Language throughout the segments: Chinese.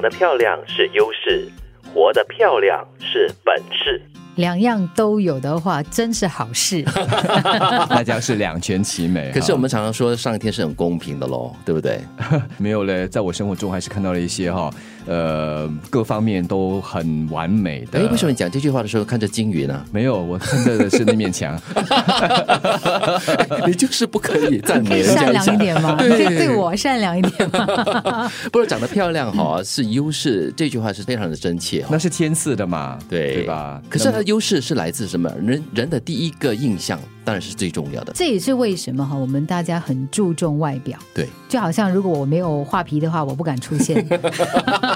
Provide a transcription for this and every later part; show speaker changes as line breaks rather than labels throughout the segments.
得漂亮是优势，活得漂亮是本事。
两样都有的话，真是好 事。
大家是两全其美。
可是
哈
我们常常说上天是很公平的喽，对不对？
没有嘞，在我生活中还是看到了一些哈，呃，各方面都很完美的。
哎，为什么你讲这句话的时候看着金鱼呢？ 哎
没有？我看到的是那面啊墙。
你就是不可以赞
可
美
以
人
善
家一
良一
下。
点吗？对对我善良一点吗？
不是长得漂亮哈、 是优势，这句话是非常的真切、
那
哦。
是天赐的嘛，
对
对吧？
可是它的优势是来自什么？人人的第一个印象当然是最重要的。
这也是为什么哈，我们大家很注重外表。
对，
就好像如果我没有画皮的话，我不敢出 现，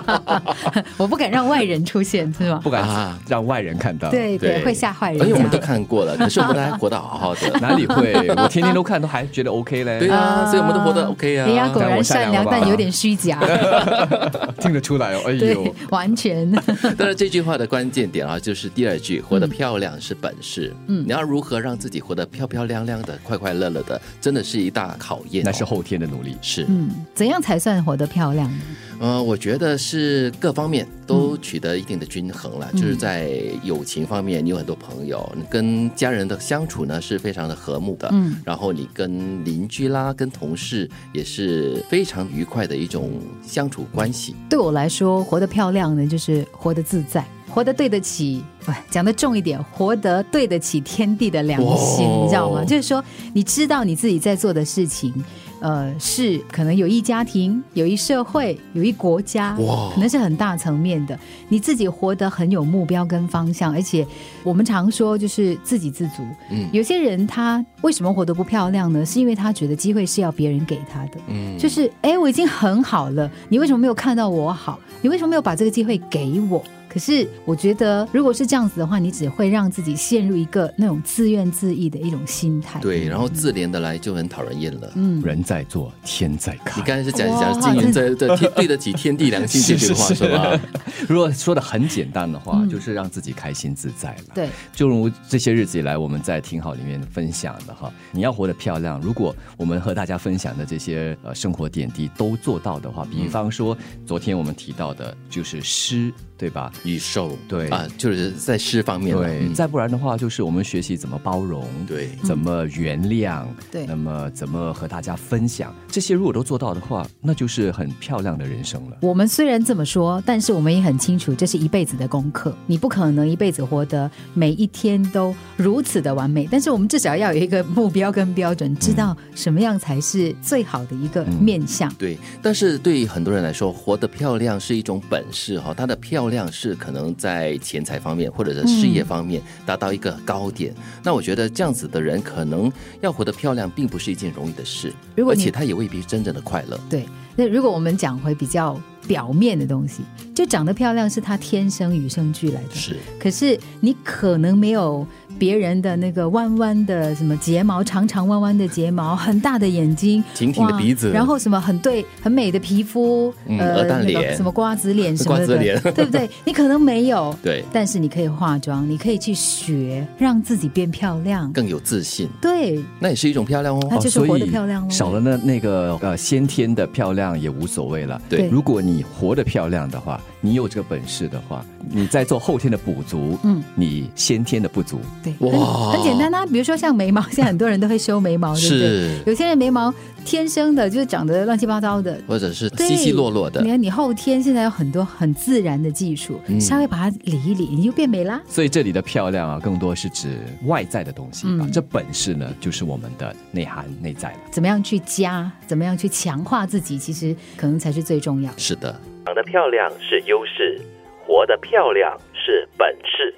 我不敢让外人出现，是吗？
不敢
啊
让外人看到。，
对对，
对
会吓坏人
哎而且我们都
家。
看过了，可是我们还活得好好 的。
哪里 会？我天天都看，都还觉得 OK
对
嘞，
啊，所以我们都活得 OK
哎呀，
啊
果。然善良，
但我善良了吧
但有点虚 假，
哎
听得出来哦。哎
对
呦，，
完全。
当然，这句话的关键点啊，就是第二句“活得漂亮是本事”。嗯，你要如何让自己活得漂漂亮亮的、快快乐乐的，真的是一大考验、哦
那是。后天的努力。
是，
嗯，怎样才算活得漂亮呢？
呃，我觉得是各方面都取得一定的均衡了。就是在友情方面，你有很多朋友，你跟家人的相处呢是非常的和睦的。
嗯，
然后你跟邻居啦、跟同事也是非常愉快的一种相处关系。
对我来说，活得漂亮呢，就是活得自在，活得对得起，不讲得重一点，活得对得起天地的良心，
哇
你知道吗？就是说，你知道你自己在做的事情，呃，是可能有益家庭，有益社会，有益国家，
哇
可能是很大层面的。你自己活得很有目标跟方向，而且我们常说就是自给自足。
嗯
有些人他为什么活得不漂亮呢？是因为他觉得机会是要别人给他的。
嗯，
就是哎，诶我已经很好了，你为什么没有看到我好？你为什么没有把这个机会给我？可是我觉得，如果是这样子的话，你只会让自己陷入一个那种自怨自艾的一种心态。，
对，然后自怜的来就很讨人厌了。
嗯，
人在做，天在
你
看。
刚才是讲
哇
讲金云在在天对得起天地良心这句话
是是
是
是
吧？
如果说的很简单的话，
嗯
就是让自己开心自在了。
对，
就如这些日子以来我们在挺好里面分享的哈，你要活得漂亮。如果我们和大家分享的这些呃生活点滴都做到的话，
嗯
比方说昨天我们提到的就是诗，对吧？
与受
对
啊，就是在诗方面了
对，
嗯
再不然的话就是我们学习怎么包容，
对
怎么原谅，
对
那么怎么和大家分享，这些如果都做到的话，那就是很漂亮的人生了。
我们虽然这么说，但是我们也很清楚，这是一辈子的功课。你不可能一辈子活得每一天都如此的完美，但是我们至少要有一个目标跟标准，知道什么样才是最好的一个
嗯
面相。
对，但是对于很多人来说，活得漂亮是一种本事哈。她的漂亮是可能在钱财方面或者是事业方面达到一个高点。那我觉得这样子的人，可能要活得漂亮，并不是一件容易的事，
如果
而
你
且他也未必真正的快乐。
对，那如果我们讲回比较表面的东西，就长得漂亮是她天生与生俱来的，
是，
可是你可能没有别人的那个弯弯的什么睫毛，长长弯弯的睫毛，很大的眼睛，
挺挺的
哇
鼻子
然后什么很对很美的皮肤，呃
嗯鹅蛋
那个
脸
什么瓜子脸什么的，
瓜子脸
对不 对？你可能没有，
对，
但是你可以化妆，你可以去学，让自己变漂亮。
更有自信，
对，
那也是一种漂亮
那
哦。
就是
所以
活得漂亮咯
少了那那个呃先天的漂亮也无所谓了。
对
对
如果你活得漂亮的话，你有这个本事的话，你在做后天的补足，
嗯，
你先天的不足，
对，
哇
很很简单啊。比如说像眉毛，现在很多人都会修眉毛，对不对？
是，
有些人眉毛天生的就是长得乱七八糟的，
或者是
对
稀稀落落的嗯
你。看，你后天现在有很多很自然的技术，稍微把它理一理，你就变美啦。
所以这里的漂亮啊，更多是指外在的东西吧。
嗯
这本事呢，就是我们的内涵内在了。
怎么样去加，怎么样去强化自己，其实可能才是最重要的。
是的，
长得漂亮是优势，活得漂亮是本事。